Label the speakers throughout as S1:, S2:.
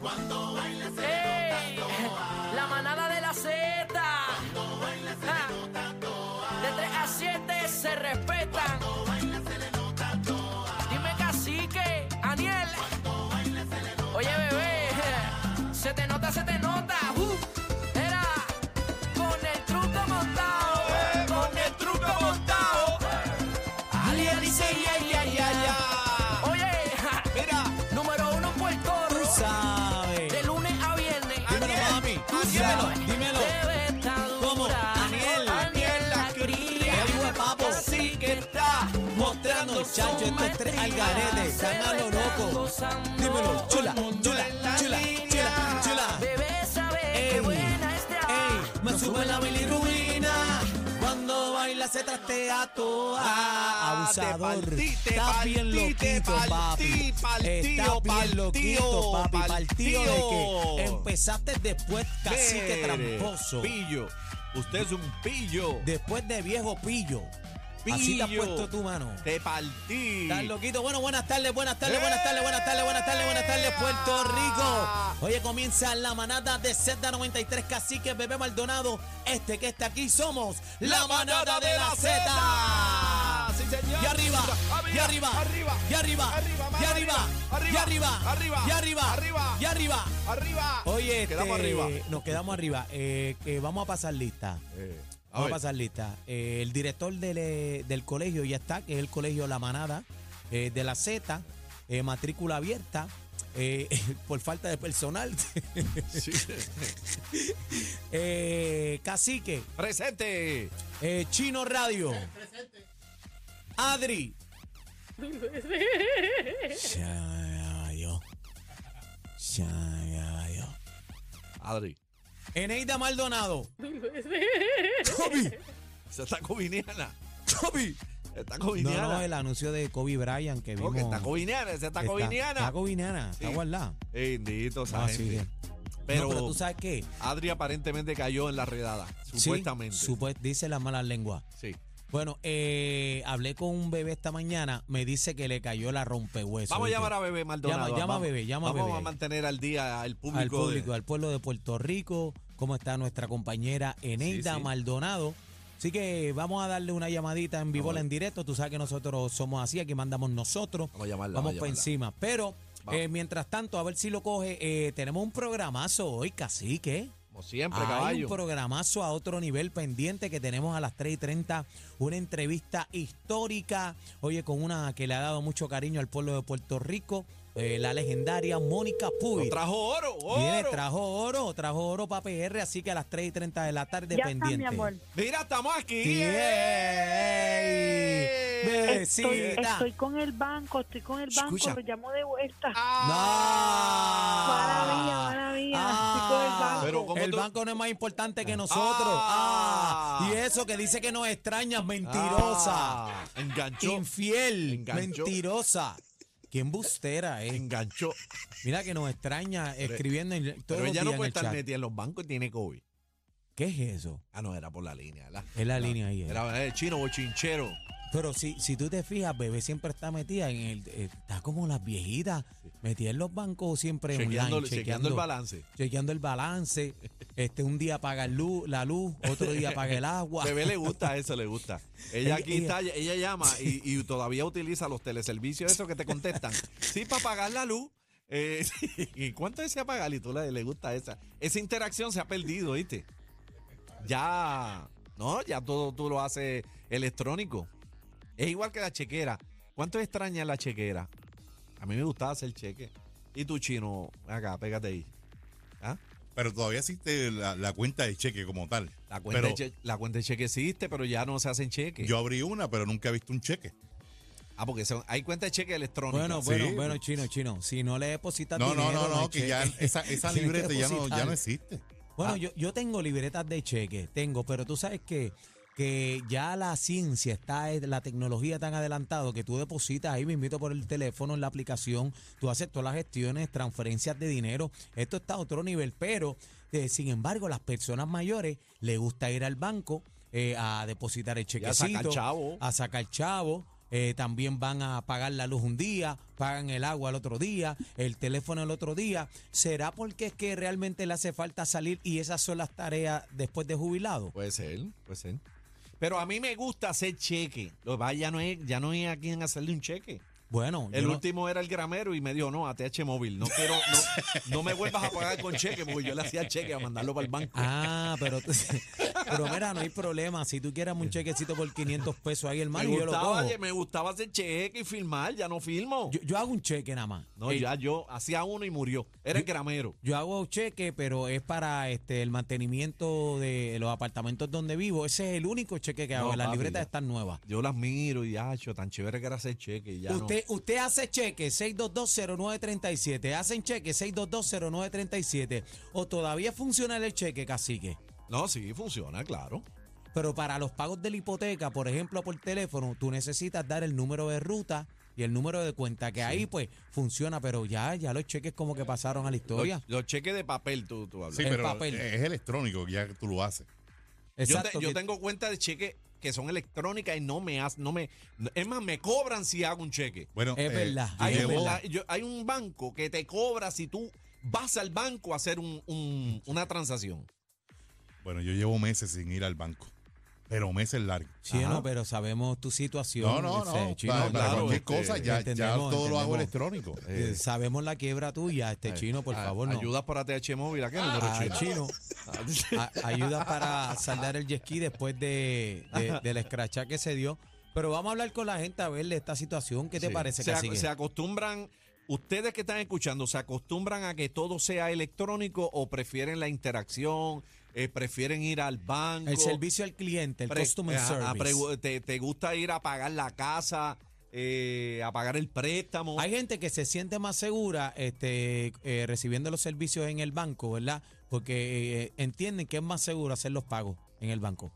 S1: ¡Ey! La manada de la Z. Ah. De 3 a 7 se respetan. Dime cacique, Aniel. Oye, bebé. Se te nota, se te nota. Uh. Era con el truco montado. Con el truco montado. Ali, Ali, se, ay, ay, ay, ay. Oye, ja.
S2: Mira,
S1: número uno en Puerto Rico.
S2: sabe.
S1: De lunes a viernes.
S2: Dímelo, mami.
S1: Tú
S2: Dímelo,
S1: sabes,
S2: dímelo.
S1: te ves tan
S2: ¿Cómo?
S1: dura.
S2: Aniel,
S1: Aniel la cría.
S2: El hijo de papo sí que está mostrando, chacho, estos tres al garete. Están a lo loco. Dímelo, chula, chula, chula, chula, chula.
S1: Bebé sabe
S2: Ey,
S1: que buena está.
S2: Ey, me sube la bilirrubina. Cuando baila se trastea toa. Abusador.
S3: partí, Ah, te
S2: Estás bien
S3: partí, te
S2: loquito, papi.
S3: partí, partío,
S2: Estás bien loquito,
S3: partío,
S2: papi. Partido de que
S3: partío.
S2: empezaste después casi que
S3: Mire,
S2: tramposo.
S3: Pillo. Usted es un pillo.
S2: Después de viejo pillo. Así te has
S3: Pillo.
S2: puesto tu mano.
S3: Te partí.
S2: Estás loquito. Bueno, buenas tardes, buenas
S3: ¡Eh!
S2: tardes, buenas tardes, buenas tardes, buenas tardes, buenas tardes, Puerto Rico.
S3: Ah.
S2: Oye, comienza la manada de Z93 Cacique Bebé Maldonado. Este que está aquí somos la manada de la Z.
S3: Sí, señor.
S2: Y arriba, y arriba,
S3: arriba,
S2: y arriba,
S3: arriba, más
S2: y arriba, y
S3: arriba,
S2: arriba,
S3: arriba,
S2: y arriba,
S3: arriba.
S2: y arriba.
S3: Arriba.
S2: Oye, este,
S3: Quedamos arriba.
S2: nos quedamos arriba. Eh, que vamos a pasar lista.
S3: Eh, a
S2: Vamos a
S3: ver.
S2: pasar lista. Eh, el director del, eh, del colegio ya está, que es el colegio La Manada eh, de la Z, eh, matrícula abierta. eh, por falta de personal.
S3: Sí.
S2: Eh, Cacique,
S3: Presente.
S2: eh, Chino Radio. Adri. Chayo. Chayo.
S3: Adri.
S2: Eneida Maldonado.
S3: Kobe. Se está coviniana. Kobe. Está
S2: No,
S3: coviniana.
S2: no, el anuncio de Kobe Bryant que
S3: No,
S2: vimos.
S3: que está coviniana. Se está coviniana.
S2: Está coviniana, está
S3: Sí.
S2: guardada.
S3: Bendito esa
S2: Ah, sí,
S3: gente.
S2: bien.
S3: Pero,
S2: No, pero tú sabes qué.
S3: Adri aparentemente cayó en la redada.
S2: Sí,
S3: Supuestamente.
S2: supue- dice las malas lenguas.
S3: sí.
S2: Bueno, eh, hablé con un bebé esta mañana, me dice que le cayó la rompehueso.
S3: Vamos a llamar a Bebé Maldonado.
S2: Llama- llama a
S3: Vamos-
S2: Bebé, llama a
S3: Vamos
S2: Bebé.
S3: a mantener al día al público.
S2: al
S3: de-
S2: público, al pueblo de Puerto Rico, cómo está nuestra compañera Eneida
S3: sí.
S2: Maldonado. Así que vamos a darle una llamadita en vivo,
S3: Vamos a-
S2: en directo. Tú sabes que nosotros somos así, aquí mandamos nosotros.
S3: Vamos a llamarla.
S2: Vamos
S3: a
S2: por
S3: llamarla.
S2: encima. Pero
S3: Vamos.
S2: eh, mientras tanto, a ver si lo coge. eh, tenemos un programazo hoy, cacique.
S3: Como siempre,
S2: Hay
S3: caballo.
S2: un programazo a otro nivel pendiente que tenemos a las 3 y 30, una entrevista histórica, oye, con una que le ha dado mucho cariño al pueblo de Puerto Rico, eh, la legendaria Mónica Puy.
S3: Lo trajo oro, oro.
S2: Viene, trajo oro, trajo oro para PR, así que a las 3 y 30 de la tarde
S4: Ya está,
S2: pendiente.
S4: mi amor.
S3: Mira, estamos aquí.
S2: Sí, ey.
S3: ¡Ey!
S4: Estoy,
S2: Bebecita.
S4: estoy con el banco, estoy con el banco,
S2: eh, Escucha.
S4: lo llamo de vuelta.
S2: Ah.
S4: Maravilla, maravilla,
S2: Ah.
S4: estoy con el banco.
S3: Pero ¿cómo
S2: el
S3: tú-
S2: banco no es más importante que nosotros.
S3: Ah.
S2: Ah, y eso que dice que nos extrañas, mentirosa.
S3: Ah, enganchó.
S2: Infiel,
S3: Enganchó.
S2: mentirosa. Qué embustera, eh.
S3: enganchó.
S2: Mira que nos extraña escribiendo en, todos
S3: Pero
S2: los
S3: ella
S2: días
S3: no
S2: en
S3: puede
S2: el
S3: estar
S2: chat.
S3: metida en los bancos y tiene COVID.
S2: ¿Qué es eso?
S3: Ah, no, era por la línea, ¿verdad?
S2: Es la
S3: Era-
S2: línea ahí, eh.
S3: Era el chino bochinchero.
S2: Pero si, si tú te fijas, bebé siempre está metida en el... eh, Está como las viejitas, metida en los bancos siempre
S3: Chequeando,
S2: online,
S3: chequeando el balance.
S2: Chequeando el balance. Este, un día paga el luz, la luz, otro día paga el agua.
S3: Bebé le gusta eso, le gusta. Ella aquí
S2: Ella-
S3: está, ella llama y, y todavía utiliza los teleservicios esos que te contestan. Sí, para pagar la luz. Eh, ¿Y cuánto desea pagar? Y tú le, le gusta esa. Esa interacción se ha perdido, ¿viste? Ya, no, ya todo tú lo haces electrónico. Es igual que la chequera. ¿Cuánto extraña la chequera? A mí me gustaba hacer cheque. Y tu chino, ven acá, pégate ahí. ¿Ah?
S5: Pero todavía existe la, la cuenta de cheque como tal.
S3: La cuenta,
S5: Pero
S3: de cheque, la cuenta de cheque existe, pero ya no se hacen cheques.
S5: Yo abrí una, pero nunca he visto un cheque.
S3: Ah, porque son- hay cuenta de cheque electrónico.
S2: Bueno,
S5: Sí.
S2: bueno, bueno, chino, chino. Si no le depositas
S5: No, no,
S2: dinero,
S5: no,
S2: hay
S5: no, que ya
S2: cheque.
S5: esa,
S2: Tienes
S5: esa
S2: que
S5: libreta ya no, ya
S2: depositar.
S5: no existe.
S2: Bueno,
S3: Ah.
S2: yo, yo tengo libretas de cheque, tengo, pero tú sabes que, que ya la ciencia está, eh, la tecnología tan adelantado que tú depositas ahí mismito por el teléfono, en la aplicación, tú haces todas las gestiones, transferencias de dinero, esto está a otro nivel, pero eh, sin embargo las personas mayores les gusta ir al banco eh, a depositar el
S3: Y a sacar
S2: chequecito,
S3: chavo.
S2: a sacar chavo. eh, también van a pagar la luz un día, pagan el agua el otro día, el teléfono el otro día. ¿Será porque es que realmente le hace falta salir y esas son las tareas después de jubilado?
S3: Puede ser, puede ser. Pero a mí me gusta hacer cheque. Lo que pasa, ya no es, ya no es a quien hacerle un cheque.
S2: Bueno, yo
S3: El
S2: no-
S3: último era el gramero y me dijo, no, ATH móvil, no quiero, no, no me vuelvas a pagar con cheque, porque yo le hacía cheque a mandarlo para el banco.
S2: Ah, pero, tú- pero mira, no hay problema. Si tú quieras un chequecito por 500 pesos ahí,
S3: me,
S2: hermano, yo lo
S3: gustaba,
S2: cojo.
S3: oye, me gustaba hacer cheque y filmar, ya no filmo.
S2: Yo, yo hago un cheque nada más.
S3: no,
S2: Eh,
S3: ya yo hacía uno y murió. Era el gramero.
S2: Yo hago cheque, pero es para este el mantenimiento de los apartamentos donde vivo. Ese es el único cheque que
S3: No,
S2: hago. Las
S3: papi,
S2: libretas
S3: ya.
S2: están nuevas.
S3: Yo las miro y ya, cho, tan chévere que era hacer cheque y ya no.
S2: Usted, usted hace cheque 6220937. Hacen cheque 6220937. O todavía funciona el cheque, cacique.
S3: No, sí, funciona, claro.
S2: Pero para los pagos de la hipoteca, por ejemplo, por teléfono, tú necesitas dar el número de ruta y el número de cuenta, que ahí pues funciona, pero ya, ya los cheques como que pasaron a la
S3: Los,
S2: historia.
S3: los cheques de papel, tú, tú hablas.
S5: Sí,
S2: El
S5: pero
S2: papel.
S5: es electrónico, ya que tú lo
S3: Yo,
S5: haces.
S3: te-
S2: Exacto.
S3: yo
S2: que-
S3: tengo cuenta de cheque que son electrónicas y no me hacen, no me, es más, me cobran si hago un cheque.
S5: Bueno, eh,
S2: Es verdad,
S5: yo
S3: Hay,
S2: es
S3: un-
S5: llevo-
S2: verdad.
S3: hay- yo- hay un banco que te cobra si tú vas al banco a hacer un- un- una transacción.
S5: bueno, yo llevo meses sin ir al banco, pero meses largos.
S2: Chino,
S3: Ajá.
S2: pero sabemos tu situación.
S5: No, no,
S2: este,
S5: no.
S2: Chino,
S5: para, para
S3: claro,
S5: cualquier
S3: este,
S5: cosa ya, ya
S2: entendemos,
S5: todo lo hago
S2: entendemos.
S5: electrónico.
S2: eh, sabemos la quiebra tuya,
S5: Eh,
S2: este chino, por
S3: A-
S2: favor, no.
S3: Ayudas para TH Móvil, ¿a qué número
S2: Ah,
S3: chino?
S2: chino. A- ayuda para saldar el jet ski después de, de, de la escracha que se dio. Pero vamos a hablar con la gente a verle esta situación. ¿Qué te
S3: Sí.
S2: parece,
S3: se, ac-
S2: cacique?
S3: se acostumbran, ustedes que están escuchando, ¿se acostumbran a que todo sea electrónico o prefieren la interacción? eh, ¿Prefieren ir al banco?
S2: el servicio al cliente, el
S3: Pre-
S2: customer
S3: ajá, a
S2: service.
S3: pregu- te, te gusta ir a pagar la casa, eh, a pagar el préstamo?
S2: Hay gente que se siente más segura este, eh, recibiendo los servicios en el banco, ¿verdad? Porque eh, entienden que es más seguro hacer los pagos en el banco.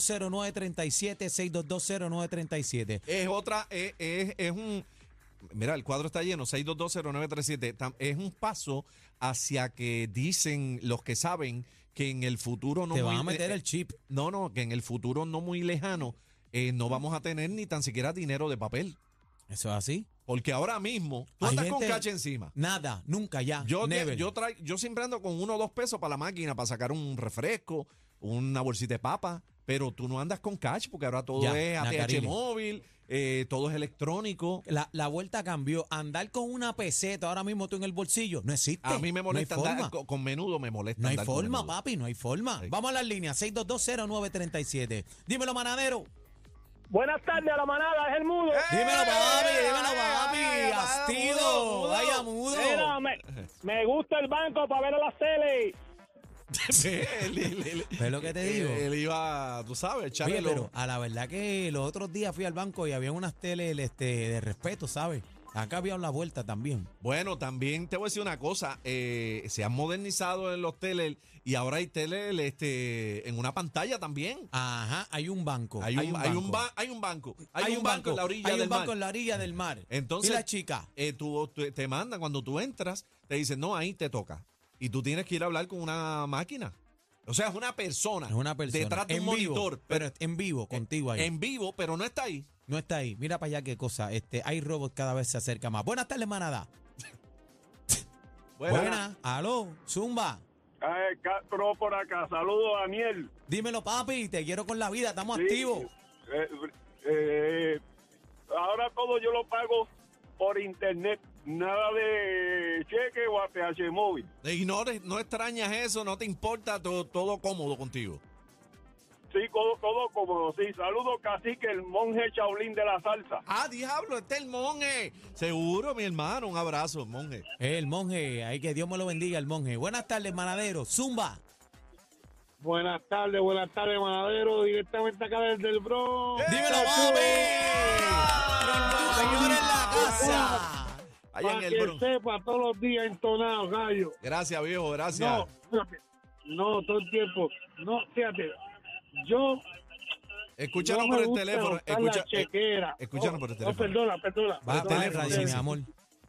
S2: 6220937, 6220937.
S3: Es otra, es, es- es un... Mira, el cuadro está lleno, 6220937. Tam- Es un paso hacia que dicen los que saben que en el futuro no
S2: Te van
S3: muy-
S2: a meter
S3: eh,
S2: el chip.
S3: No, no, que en el futuro no muy lejano eh, no vamos a tener ni tan siquiera dinero de papel.
S2: ¿Eso es así?
S3: Porque ahora mismo tú
S2: Hay
S3: estás con
S2: gente-
S3: cacha encima.
S2: Nada, nunca ya.
S3: Yo, te-
S2: never.
S3: yo, tra- yo siempre ando con uno o dos pesos para la máquina, para sacar un refresco, una bolsita de papa, pero tú no andas con cash porque ahora todo
S2: Ya,
S3: es ATH
S2: Nacarile.
S3: móvil, eh, todo es electrónico.
S2: la, la vuelta cambió. Andar con una peseta ahora mismo tú en el bolsillo no existe.
S3: A mí me molesta
S2: Este, no hay
S3: andar
S2: forma.
S3: con, con menudo, me molesta.
S2: No hay
S3: andar con
S2: forma,
S3: menudo.
S2: papi, no hay forma.
S3: Sí.
S2: Vamos a las líneas, 6220937. Dímelo, manadero.
S6: Buenas tardes a la manada, es el mudo.
S3: Eh.
S2: Dímelo, papi, dímelo,
S3: ay,
S2: papi. Astido,
S3: mudo,
S2: vaya
S6: Mira,
S2: mudo.
S6: me, me gusta el banco para ver a la tele.
S3: Él- él- él-
S2: ¿Ves lo que te digo?
S3: Él iba, tú sabes, echarle
S2: Oye,
S3: el ojo.
S2: pero a la verdad que los otros días fui al banco y había unas teles este, de respeto, ¿sabes? Acá había una vuelta también.
S3: Bueno, también te voy a decir una cosa, eh, se han modernizado en los teles y ahora hay teles este, en una pantalla también.
S2: Ajá, hay un banco.
S3: Hay un, hay un
S2: banco.
S3: ba- hay un banco, hay, un, banco, en la orilla
S2: Hay
S3: del
S2: un banco
S3: mar.
S2: en la orilla del mar.
S3: Entonces-
S2: y la chica.
S3: Eh, tú- tú- te mandan cuando tú entras, te dicen, no, ahí te toca. Y tú tienes que ir a hablar con una máquina. O sea, es una persona.
S2: Es una persona.
S3: Detrás de
S2: en
S3: un
S2: vivo,
S3: monitor.
S2: pero en vivo, contigo ahí.
S3: eh, En vivo, pero no está ahí.
S2: No está ahí. Mira para allá qué cosa. Este, hay robots cada vez se acerca más. Buenas tardes, manada.
S3: Bueno,
S2: Buenas. Aló, Zumba.
S6: Castro por acá, saludos Daniel.
S2: Dímelo, papi. Te quiero con la vida. Estamos
S6: Sí.
S2: activos.
S6: Eh, eh, ahora todo yo lo pago por internet, nada de cheque o APH móvil.
S3: eh, Y no, eres- no extrañas eso, no te importa, todo, todo cómodo contigo.
S6: Sí, todo, todo cómodo, sí. Saludos cacique, el monje Chaulín de la salsa.
S3: Ah, diablo, este es el monje. Seguro, mi hermano. Un abrazo, monje.
S2: El monje. Ahí que Dios me lo bendiga, el monje. Buenas tardes, manadero. Zumba.
S6: Buenas tardes, buenas tardes, manadero, directamente acá desde el Bronx.
S2: Dímelo, papi. señor en la casa.
S3: Allá en
S6: Para
S3: el
S6: que
S3: Bronx.
S6: sepa todos los días entonado, gallo.
S3: Gracias, viejo, gracias.
S6: No, fíjate, no, todo el tiempo. No, fíjate, yo
S3: Escúchanos
S6: no me
S3: por el
S6: gusta
S3: teléfono.
S6: botar
S3: escucha- eh,
S6: la chequera.
S3: escúchanos
S6: Oh,
S3: por el
S6: oh,
S3: teléfono.
S6: perdona, perdona.
S2: Baja
S6: perdona,
S2: el radio, mi
S6: perdona,
S2: amor.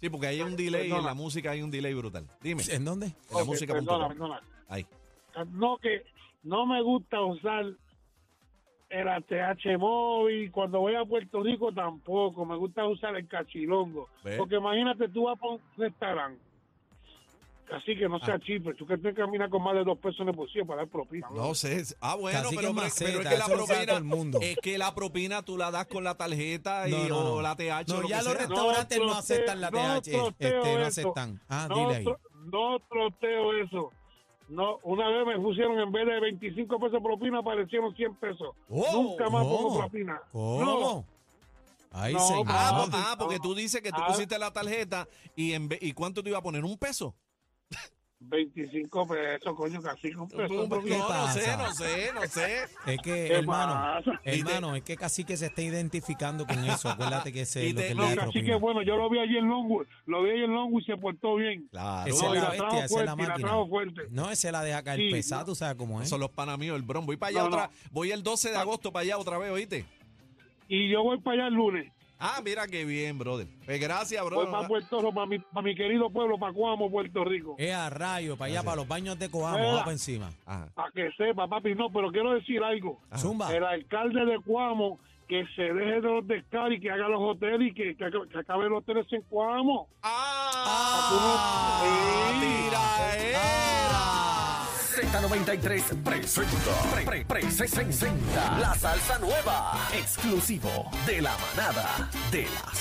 S3: Sí, porque ahí hay un delay, en
S6: Perdona.
S3: la música hay un delay brutal. Dime, en
S2: ¿En dónde?
S3: la
S6: ok,
S3: música. punto
S6: Perdona,
S3: com.
S6: perdona.
S3: Ahí.
S6: No, que no me gusta usar el ATH móvil. Cuando voy a Puerto Rico tampoco. Me gusta usar el cachilongo.
S3: Ve.
S6: Porque imagínate, tú vas a un restaurante. Así que no sea
S3: Ah.
S6: chipre. Tú que te caminas con más de dos pesos en el bolsillo para dar propina.
S3: No sé. Ah, bueno,
S2: Cacique
S3: pero, pero-
S2: maceta,
S3: pero es que la
S2: eso lo sabe
S3: propina.
S2: todo el mundo.
S3: Es que la propina tú la das con la tarjeta y,
S2: No, no, no.
S3: o la TH.
S2: No,
S3: o lo
S2: ya
S3: que sea.
S2: los
S6: No
S2: restaurantes no,
S6: troteo-
S2: aceptan la
S6: no
S2: TH.
S6: troteo
S2: este, no
S6: eso.
S2: aceptan. Ah,
S6: no,
S2: dile ahí.
S6: tro- no troteo eso. No, una vez me pusieron en vez de 25 pesos propina, aparecieron 100 pesos.
S2: Oh,
S6: Nunca más
S2: oh,
S6: pongo propina.
S2: ¿Cómo? Ay,
S6: No,
S2: señor.
S3: Ah,
S6: Ah,
S3: po- ah, porque tú dices que tú
S6: ah.
S3: pusiste la tarjeta y en ve- y cuánto te iba a poner un peso.
S6: No, 25 pesos, coño, casi un
S3: No,
S6: peso.
S2: ¿qué
S3: Pues, no sé,
S2: Pues, pasa?
S3: no sé, no sé.
S2: Es que,
S6: ¿Qué
S2: hermano,
S6: pasa?
S2: hermano, es que casi que se está identificando con eso. Acuérdate que ese
S3: Y
S2: es lo
S3: te-
S2: que
S3: no,
S2: le da
S6: Así
S2: propina.
S6: que bueno, yo lo vi allí en Longwood, lo vi allí en Longwood y se portó bien.
S3: Claro.
S2: Esa
S6: No,
S2: es
S6: y
S2: la
S6: la trajo
S2: bestia, esa es la
S6: fuerte, y la
S2: máquina.
S6: trajo fuerte.
S2: No, ese la deja caer
S6: Sí,
S2: pesada,
S6: no.
S2: tú sabes cómo es.
S3: Son los panamíos, el bron. Voy para allá
S6: No, no.
S3: otra. Voy el 12 de agosto para allá otra vez, ¿oíste?
S6: Y yo voy para allá el lunes,
S3: Ah, mira qué bien, brother. Pues gracias,
S6: voy
S3: brother.
S6: para Puerto Rico, para mi, para mi querido pueblo, para Cuamo, Puerto Rico.
S2: Es a rayo, para allá, para los baños de Coamo,
S6: Mira.
S2: vamos para encima.
S3: Ajá.
S6: Para que sepa, papi, no, pero quiero decir algo.
S2: Zumba.
S6: El alcalde de Cuamo, que se deje de los descaros y que haga los hoteles y que, que, que acabe los hoteles en Cuamo.
S3: Ah,
S6: tú no- Sí. Ah.
S3: tiraera.
S7: Z93 presenta, pre- pre- pre- se- se- senta, la salsa nueva, exclusivo de la manada de la